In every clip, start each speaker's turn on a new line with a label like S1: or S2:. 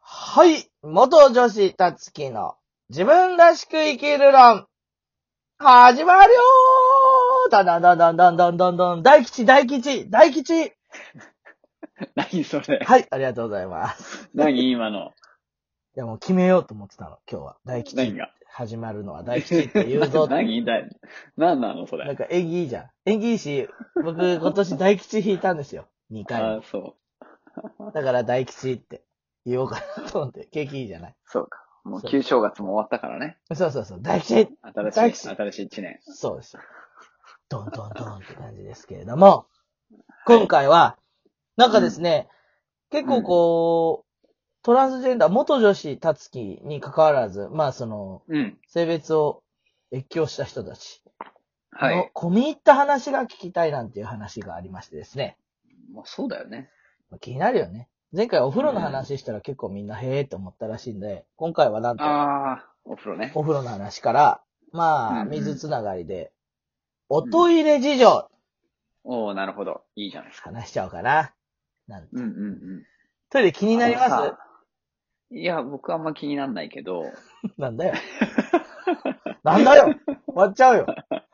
S1: はい。元女子たつきの自分らしく生きる論。始まるよーだんだんだんだんだんだんだんだん。大吉、大吉、大吉。
S2: 何それ
S1: はい、ありがとうございます。
S2: 何 今の
S1: いや、もう決めようと思ってたの、今日は。大吉
S2: 何。が
S1: 始まるのは大吉って言うぞって。
S2: 何だ何なのそ
S1: なん
S2: れ
S1: か縁起いいじゃん。縁起いいし、僕今年大吉引いたんですよ。2回
S2: あ
S1: も。
S2: あ、そう。
S1: だから大吉って言おうかなと思って。景気いいじゃない。
S2: そうか。もう
S1: そう
S2: 旧正月も終わったからね。
S1: そうそうそう。大吉大
S2: 新し
S1: 吉
S2: い、新しい一年。
S1: そうですよ。ドンドンドンって感じですけれども、今回は、なんかですね、結構こう、トランスジェンダー、元女子たつきに関わらず、まあその、
S2: うん。
S1: 性別を越境した人たち
S2: は
S1: の
S2: い。
S1: 込み入った話が聞きたいなんていう話がありましてですね、
S2: もうそうだよね。
S1: 気になるよね。前回お風呂の話したら結構みんなへえって思ったらしいんで、今回はなんと、
S2: ああ、お風呂ね。
S1: お風呂の話から、まあ、
S2: うんうん
S1: 水つながりで、おトイレ事情
S2: おおなるほど。いいじゃないですか。
S1: 話しちゃおうかな。なん
S2: うんうんうん。
S1: トイレ気になり
S2: あの
S1: ま
S2: さいや、僕あんま気になんない けど。
S1: すなんだよ。なんだよ終わっちゃうよ。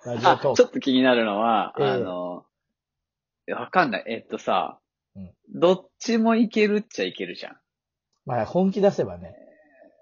S1: ラジオ
S2: あ、ち
S1: ト
S2: ょっ
S1: ーク。
S2: と気になるのは、
S1: ええ
S2: あの、いやわかんない。えっとさ
S1: うん、
S2: どっちもいけるっちゃいけるじゃん。
S1: まあ、本気出せばね。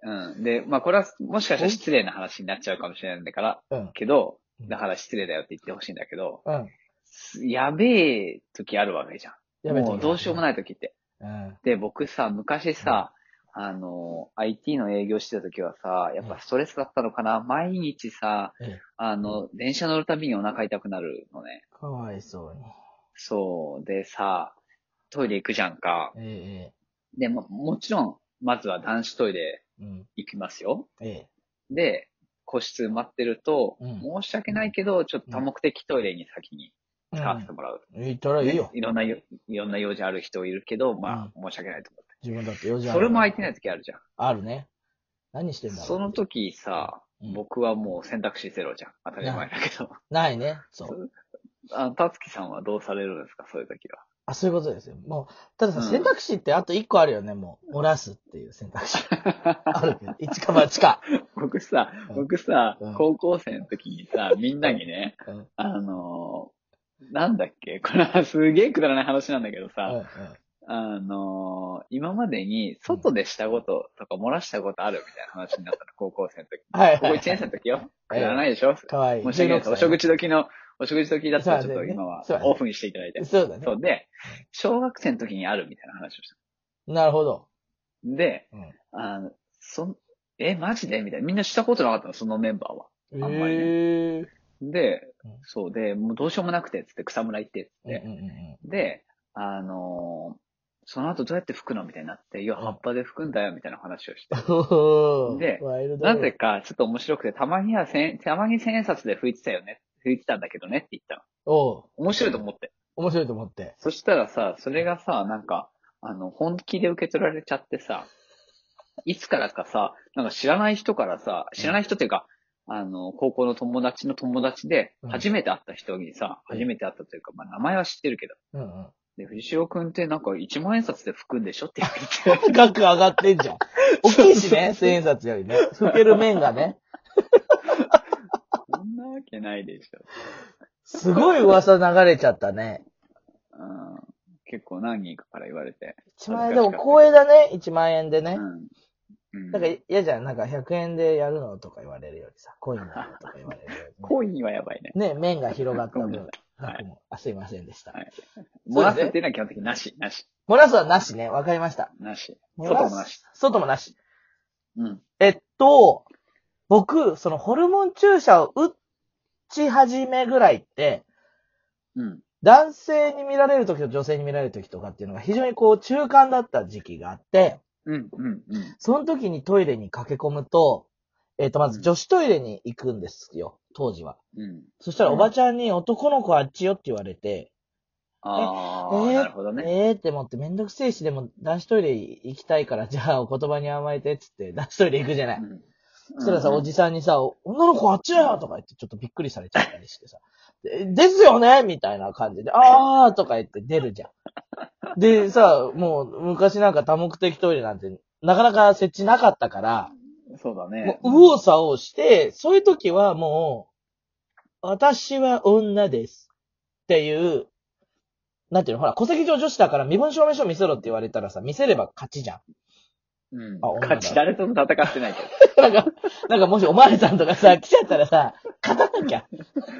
S2: うん。で、まあこれは、もしかしたら失礼な話になっちゃうかもしれないんだから、
S1: うん。
S2: けど、
S1: うん
S2: だから失礼だよって言ってほしいんだけど、
S1: うん。
S2: やべえ時あるわけじゃん。
S1: やめて
S2: もうどうしようもない時って。
S1: うん。
S2: で、僕さ、昔さ、あの、IT の営業してた時はさ、やっぱストレスだったのかな毎日さ
S1: ええ、
S2: あの、電車乗るたびにお腹痛くなるのね。
S1: かわいそうに。
S2: そう。でさ、トイレ行くじゃんか。
S1: え
S2: で、ももちろん、まずは男子トイレ
S1: えええうん。
S2: 行きますよ。
S1: ええ
S2: で、個室埋まってると、
S1: うん
S2: 申し訳ないけど、ちょっと多目的トイレに先に
S1: う
S2: 使わせて
S1: ん。
S2: もらう。
S1: 言ったらいいよ。
S2: いろんなよ、いろんな用事ある人いるけど、まあ、申し訳ないと思
S1: 自分だって用
S2: っ
S1: 事
S2: て。
S1: ある。。
S2: それも空いてないい時あるじゃん。
S1: あるね。何してんだろう。
S2: その時さ、
S1: うん
S2: 僕はもう選択肢ゼロじゃん。当たり前だけど。
S1: ないね。そう。
S2: あの、たつきさんはどうされるんですかそういう時は。
S1: あ、そういうことですよ。もう、たださ、
S2: うん
S1: 選択肢ってあと一個あるよね、もう。漏らすっていう選択肢。あるけど。一か八か。
S2: 僕さ
S1: うん、
S2: 僕さ
S1: うん、
S2: 高校生の時にさ、みんなにね、
S1: うん。うん。
S2: あのーなんだっけこれはすげえくだらない話なんだけど
S1: う
S2: さ、
S1: ん。
S2: あのー今までに外でしたこととか漏らしたことあるみたいな話になったの、 高校生の時。
S1: はい
S2: 高校
S1: は
S2: 1
S1: い。
S2: 年生の 時よ。くだらないでしょ
S1: かわいい。
S2: 申し訳ないです。お食事時の、お食事時だったら
S1: そ
S2: ち
S1: うだ
S2: ょっと
S1: ね
S2: 今は
S1: そうだね
S2: オフにしていただいて。
S1: そうだね
S2: そ。うで、小学生の時にあるみたいな話をした。
S1: なるほど。
S2: で、
S1: うん
S2: あの、そん、え、マジでみたいな。みんなしたことなかったの、そのメンバーは。
S1: え
S2: んまりね
S1: え
S2: で
S1: うん、
S2: そうで、もうどうしようもなくて、つって草むら行って、つ
S1: うんう
S2: っ
S1: ん
S2: て。
S1: うん
S2: で、あのーその後どうやって拭くのみたいになって、いや、
S1: うん
S2: 葉っぱで拭くんだよ、みたいな話をして。
S1: うん。
S2: で
S1: ワイルドだ
S2: なぜか、ちょっと面白くて、たまには千、たまに千円札で拭いてたよね、拭いてたんだけどねって言ったの。
S1: おう
S2: 面白いと思って。
S1: 面白いと思って。
S2: そしたらさ、それがさ、なんか、あの、本気で受け取られちゃってさ、いつからかさ、なんか知らない人からさ、知らない人っていうか、あの、高校の友達の友達で
S1: う、ん
S2: 初めて会った人にさ、
S1: うん
S2: 初めて会ったというか、まあ名前は知ってるけど、
S1: うんうん。
S2: で、藤代くんってなんか1万円札で吹くんでしょって 言われて、
S1: 額上がってん じゃん。大きいしね、千円札よりね。拭ける面がね。
S2: そんなわけないでしょ。
S1: すごい噂流れちゃったね。
S2: うん、結構何人かから言われて。
S1: 1万円、でも光栄だね、1万円で
S2: う
S1: ね。
S2: ん。うん、
S1: なんか嫌じゃん。なんか100円でやるのとか言われるよりさ、コインなのとか言われるより
S2: コインはやばいね。
S1: ね。ね、面が広がった分、
S2: はい
S1: 額も、あ、すいませんでした。
S2: はい漏らすっていうのは基本的になし、なし、
S1: 漏らすはなしね、わかりました。
S2: なし。
S1: 漏ら
S2: 外
S1: す
S2: もなし。。
S1: 外もなし。
S2: うん。
S1: えっと、僕、そのホルモン注射を打ち始めぐらいって、
S2: うん。
S1: 男性に見られる時と女性に見られる時とかっていうのが非常にこう中間だった時期があって、
S2: うん、うん、うん。
S1: その時にトイレに駆け込むと、えっと、まず女子トイレに行くんですよ、当時は。
S2: うん。
S1: そしたらおばちゃんに男の子あっちよって言われて、
S2: あ
S1: え
S2: あ、
S1: ー
S2: なるほどね。
S1: ええーって思ってめんどくせえし、でも男子トイレ行きたいから、じゃあお言葉に甘えてっつって男子トイレ行くじゃない。
S2: うん
S1: そしたらさ、おじさんにさ、女の子あっちだよとか言って、ちょっとびっくりされちゃったりしてさ、でですよねみたいな感じで、あーとか言って出るじゃん。でさ、もう昔なんか多目的トイレなんてなかなか設置なかったから、
S2: そうだ
S1: も
S2: ね。
S1: う、右往左往して、そういう時はもう、私は女です。っていう、なんていうの、ほら、戸籍上女子だから身分証明書見せろって言われたらさ、見せれば勝ちじゃん。
S2: うん
S1: あ女だ
S2: 勝ち、誰とも戦ってないけど。
S1: なんか、なんかもしおまわりさんとかさ、来ちゃったらさ、勝たなきゃ。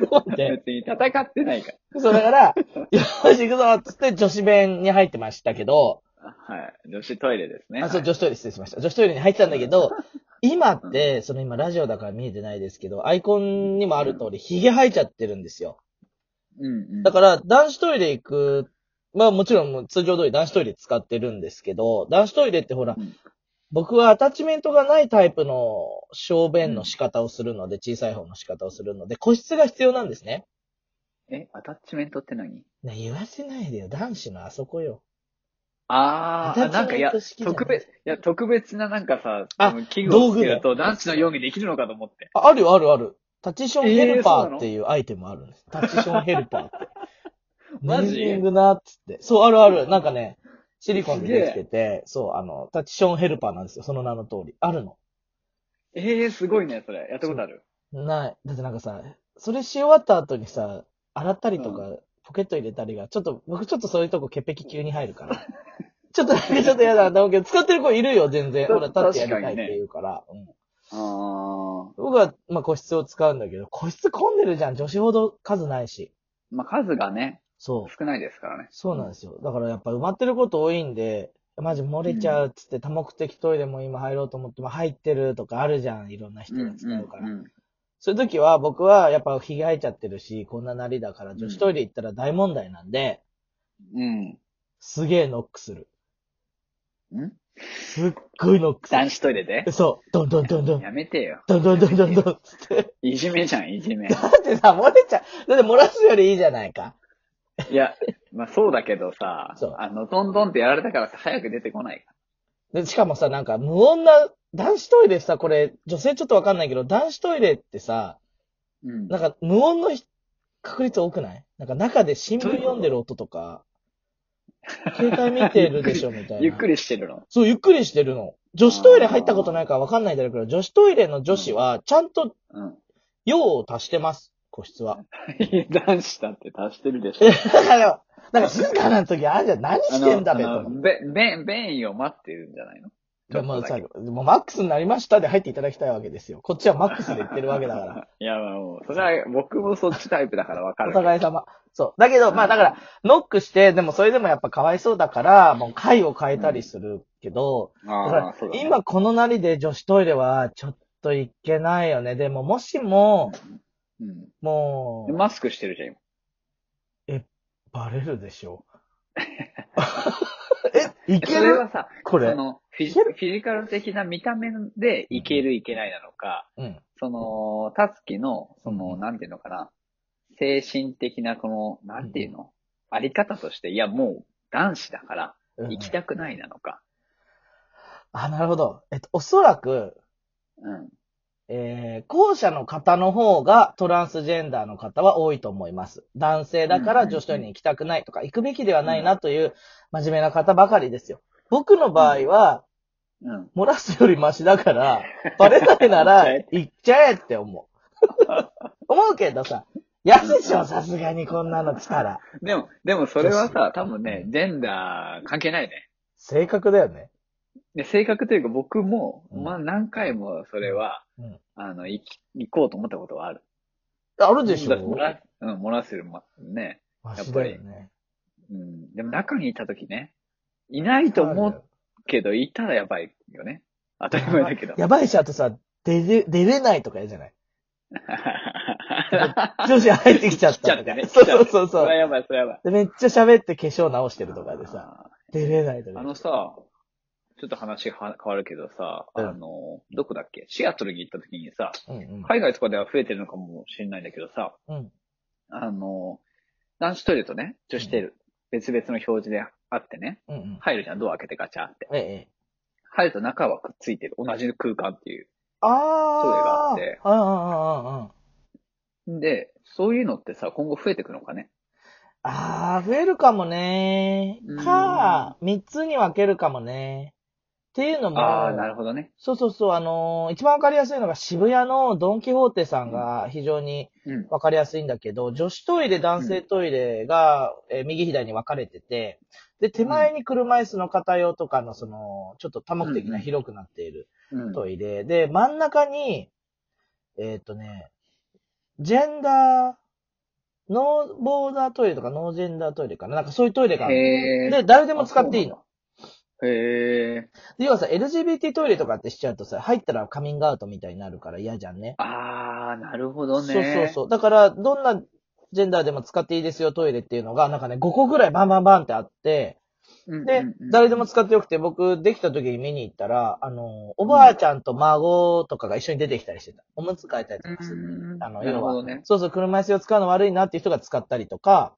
S1: 思って。
S2: 別に戦ってないか
S1: そうだから、よし行くぞっつって女子弁に入ってましたけど、
S2: ら。はい。女子トイレですね。
S1: あ、そう、
S2: はい
S1: 女子トイレ失礼しました。女子トイレに入ってたんだけど、今って、その今ラジオだから見えてないですけど、アイコンにもある通り、髭生えちゃってるんですよ。
S2: うんうん。
S1: だから、男子トイレ行く、まあもちろんもう通常通り男子トイレ使ってるんですけど、男子トイレってほら、
S2: うん
S1: 僕はアタッチメントがないタイプの小便の仕方をするので、小さい方の仕方をするので、個室が必要なんですね。
S2: え、アタッチメントって何
S1: ね、言わせないでよ。男子のあそこよ。
S2: あー、あ
S1: アタ
S2: な
S1: ッ
S2: ん
S1: チ
S2: か
S1: メ
S2: い
S1: ン
S2: や
S1: ト、式じゃない
S2: 特別、いや、特別ななんかさ、
S1: あ
S2: その器具をつける
S1: 道
S2: と男子の容疑できるのかと思って。
S1: あ、あるよ、あるある。タチションヘルパーって
S2: え
S1: いうアイテムあるんです。タチションヘルパ ーって。
S2: マジ
S1: ネーミングなっつって。そう、あるある。なんかね、シリコンでできてて、そう、あの、タチションヘルパーなんですよ。その名の通り。あるの。
S2: えー、すごいね、それ。やったことある。
S1: ない。だってなんかさ、それし終わった後にさ、洗ったりとか、ポケット入れたりが、ちょっと、僕ちょっとそういうとこ潔癖急に入るから。 ちょっとなんかちょっと嫌だなと思うけど、使ってる子いるよ、全然。
S2: た
S1: ほら、立ってやり
S2: 確
S1: た
S2: か
S1: いっ
S2: に
S1: て
S2: ね
S1: 言うから。うん
S2: あー。
S1: 僕は、まあ、個室を使うんだけど、個室混んでるじゃん。女子ほど数ないし。
S2: まあ、数がね、
S1: そう。
S2: 少ないですからね。
S1: そうなんですよ。だからやっぱ埋まってること多いんで、マジ漏れちゃうっつって、多目的トイレも今入ろうと思っても入ってるとかあるじゃん。いろんな人
S2: うん
S1: が使うから。
S2: うんうん
S1: そういう時は僕はやっぱひげ生えちゃってるし、こんななりだから女子トイレ行ったら大問題なんで、
S2: うん。
S1: すげえノックする。
S2: ん
S1: すっごいノックする
S2: 男。子トイレで
S1: そう。ドンドンドンドン。
S2: やめてよ。
S1: ドンドンドンドンドンっつって。
S2: いじめじゃん、いじめ。
S1: だってさ、漏れちゃう。だって漏らすよりいいじゃないか。
S2: いや、まあそうだけどさ
S1: そう、
S2: あの、どんどんってやられたからさ、早く出てこない。
S1: で、しかもさ、なんか無音な、男子トイレさ、これ、女性ちょっとわかんないけど、男子トイレってさ、
S2: うん。
S1: なんか無音のひ確率多くないなんか中で新聞読んでる音と か、携帯見てるでしょみたいな。
S2: ゆっくりしてるの。
S1: そう、ゆっくりしてるの。女子トイレ入ったことないからわかんないんだけど、女子トイレの女子は、ちゃんと
S2: うん。
S1: 用を足してます。個室は。
S2: 男子だって足してるでしょ。
S1: だから、なんか静かな時あるじゃん。何
S2: あ
S1: してんだべ
S2: の、あ
S1: と
S2: の。べ、べ、便意を待ってるんじゃないの
S1: いや、まあ、
S2: ちょっ
S1: 最後、もうマックスになりましたで入っていただきたいわけですよ。こっちはマックスで言ってるわけだから。
S2: いや、まあもう、それは僕もそっちタイプだからわかる
S1: お
S2: けど。
S1: 互い様。そう。だけど、まあだから、ノックして、でもそれでもやっぱかわいそうだから、もう回を変えたりするけど、だ
S2: あ
S1: か
S2: あ、そうだ、
S1: ら
S2: ね。
S1: 今このなりで女子トイレはちょっと行けないよね。でももしも、
S2: うん、
S1: も
S2: で
S1: う、
S2: マスクしてるじゃん、今。
S1: バレるでし ょ。え、いけ
S2: それ
S1: る
S2: はさ、
S1: こ
S2: そ
S1: れ。
S2: のフィジ、フィジカル的な見た目でいけるいけないなのか、
S1: うん。
S2: その、たつきの、その、
S1: うん
S2: なんていうのかな、精神的な、この、なんていうの、あり方として、いや、もう、男子だから、
S1: うん
S2: 行きたくないなのか。
S1: あ、なるほど。えっと、おそらく、
S2: うん。
S1: えー、後者の方の方がトランスジェンダーの方は多いと思います。男性だから
S2: うんうんうん
S1: 女子トイレに行きたくないとか、行くべきではないなという真面目な方ばかりですよ。僕の場合は、
S2: うん。
S1: 漏らすよりマシだから、バレないな ら行っちゃえって思う。 思うけどさ、安いっしょ、さすがにこんなの来た ら。
S2: でも、でもそれは
S1: 女
S2: さ、多分ね、ジェンダー関係ないね。
S1: 正確だよね。
S2: で性格というか僕も、
S1: うん
S2: まあ何回もそれは、
S1: うん
S2: あの、行き、行こうと思ったことはある。
S1: あるでしょ
S2: だ漏らうん、漏らすよりも、ね。
S1: マ
S2: やっ
S1: シ
S2: ぱ
S1: だ
S2: り
S1: よね。
S2: うん。でも中にいた時ね、いないと思うけど、いたらやばいよね。当たり前だけど。
S1: やばいし、あとさ、出れ、出れないとか嫌じゃない女子入ってきちゃったとか。
S2: 来ちゃってね
S1: そうそうそう
S2: そ
S1: そう
S2: れは。やばい、それはやばい。
S1: で、めっちゃ喋って化粧直してるとかでさ、出れないと
S2: あー。
S1: か。
S2: あのさ、ちょっと話は変わるけどさ、
S1: うん
S2: あの、どこだっけシアトルに行った時にさ、
S1: うんうん。
S2: 海外とかでは増えてるのかもしれないんだけどさ、
S1: うん。
S2: あの、男子トイレとね、女子トイレ、別々の表示であってね、
S1: うんうん。
S2: 入るじゃん、ドア開けてガチャって。
S1: ええ。
S2: 入ると中はくっついてる、同じ空間っていう。
S1: ああ。
S2: トイレ
S1: ああ、ああ、ああ。
S2: で、そういうのってさ、今後増えてくのかね
S1: ああ、増えるかもね
S2: う。ん
S1: か、三つに分けるかもね。ていうのも、
S2: ああ、なるほどね。
S1: そうそうそう、あのー一番わかりやすいのが渋谷のドンキホーテさんが非常に
S2: うん。
S1: わかりやすいんだけど、女子トイレ、男性トイレが、えー右左に分かれてて、で、手前に車椅子の方用とかの、その、ちょっと多目的
S2: うんう
S1: なん広くなっている
S2: うん。
S1: トイレ、で、真ん中に、えーっ、とね、ジェンダー、ノーボーダートイレとかノージェンダートイレかななんかそういうトイレがある。
S2: へえ。
S1: で、誰でも使っていいの。
S2: へえ。
S1: で要はさ、LGBT トイレとかってしちゃうとさ、入ったらカミングアウトみたいになるから嫌じゃんね。
S2: ああ、なるほどね。
S1: そうそうそう。だから、どんなジェンダーでも使っていいですよ、トイレっていうのが、なんかね、5個ぐらいバンバンバンってあって、
S2: うん。
S1: で、
S2: うんうん
S1: 誰でも使ってよくて、僕、できた時に見に行ったら、あの、おばあちゃんと孫とかが一緒に出てきたりしてた。おむつ替えたりとかする。
S2: うん
S1: あの、
S2: なる
S1: 要
S2: ほど
S1: は、
S2: ね。
S1: そうそう、車椅子を使うの悪いなっていう人が使ったりとか、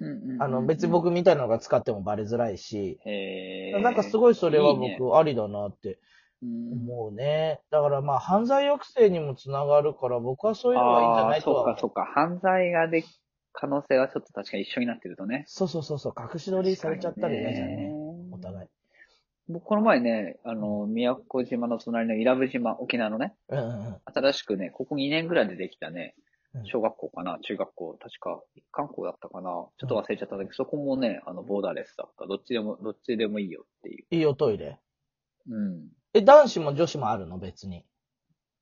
S2: うんうん
S1: あの、別に。僕みたいなのが使ってもバレづらいし、
S2: へえ。
S1: なんかすごいそれはい
S2: いね
S1: 僕、ありだなって
S2: うん
S1: 思うね。だからまあ、犯罪抑制にもつながるから、僕はそういうのがいいんじゃないとは
S2: ああ、そっかそっか。犯罪ができ、可能性はちょっと確かに一緒になってるとね。
S1: そうそうそうそう、隠し撮りされちゃったら嫌じゃんね。お互い。
S2: 僕、この前ね、あの、宮古島の隣の伊良部島、沖縄のね、
S1: うんうんうん。
S2: 新しくね、ここ2年ぐらいでできたね
S1: うん、
S2: 小学校かな、中学校、確か一貫校だったかな、ちょっと忘れちゃったんだけど、そこもね、あの、ボーダーレスだった。どっちでも、どっちでもいいよっていう。
S1: いいよ、トイレ。
S2: うん。
S1: え、男子も女子もあるの別に。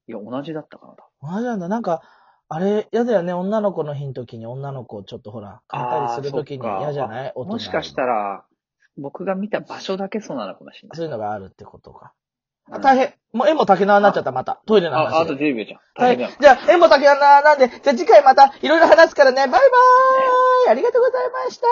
S2: いや、同じだったかな、多分
S1: マジなんだ。なんか、あれ、嫌だよね。女の子の日の時に女の子をちょっとほら、変えたりする時に
S2: あーそっか
S1: 嫌じゃない大人
S2: もしかしたら、僕が見た場所だけそうなのかもしれない。
S1: そういうのがあるってことか。あ、
S2: うん
S1: 大変。もう、絵も竹縄になっちゃった、また。トイレの
S2: あ、あ
S1: 話
S2: と
S1: で。
S2: 10秒じゃん。
S1: は
S2: 大
S1: い
S2: 変だよ。。
S1: じゃあ、絵も竹縄なんで、じゃあ次回またいろいろ話すからね。バイバーイありがとうございました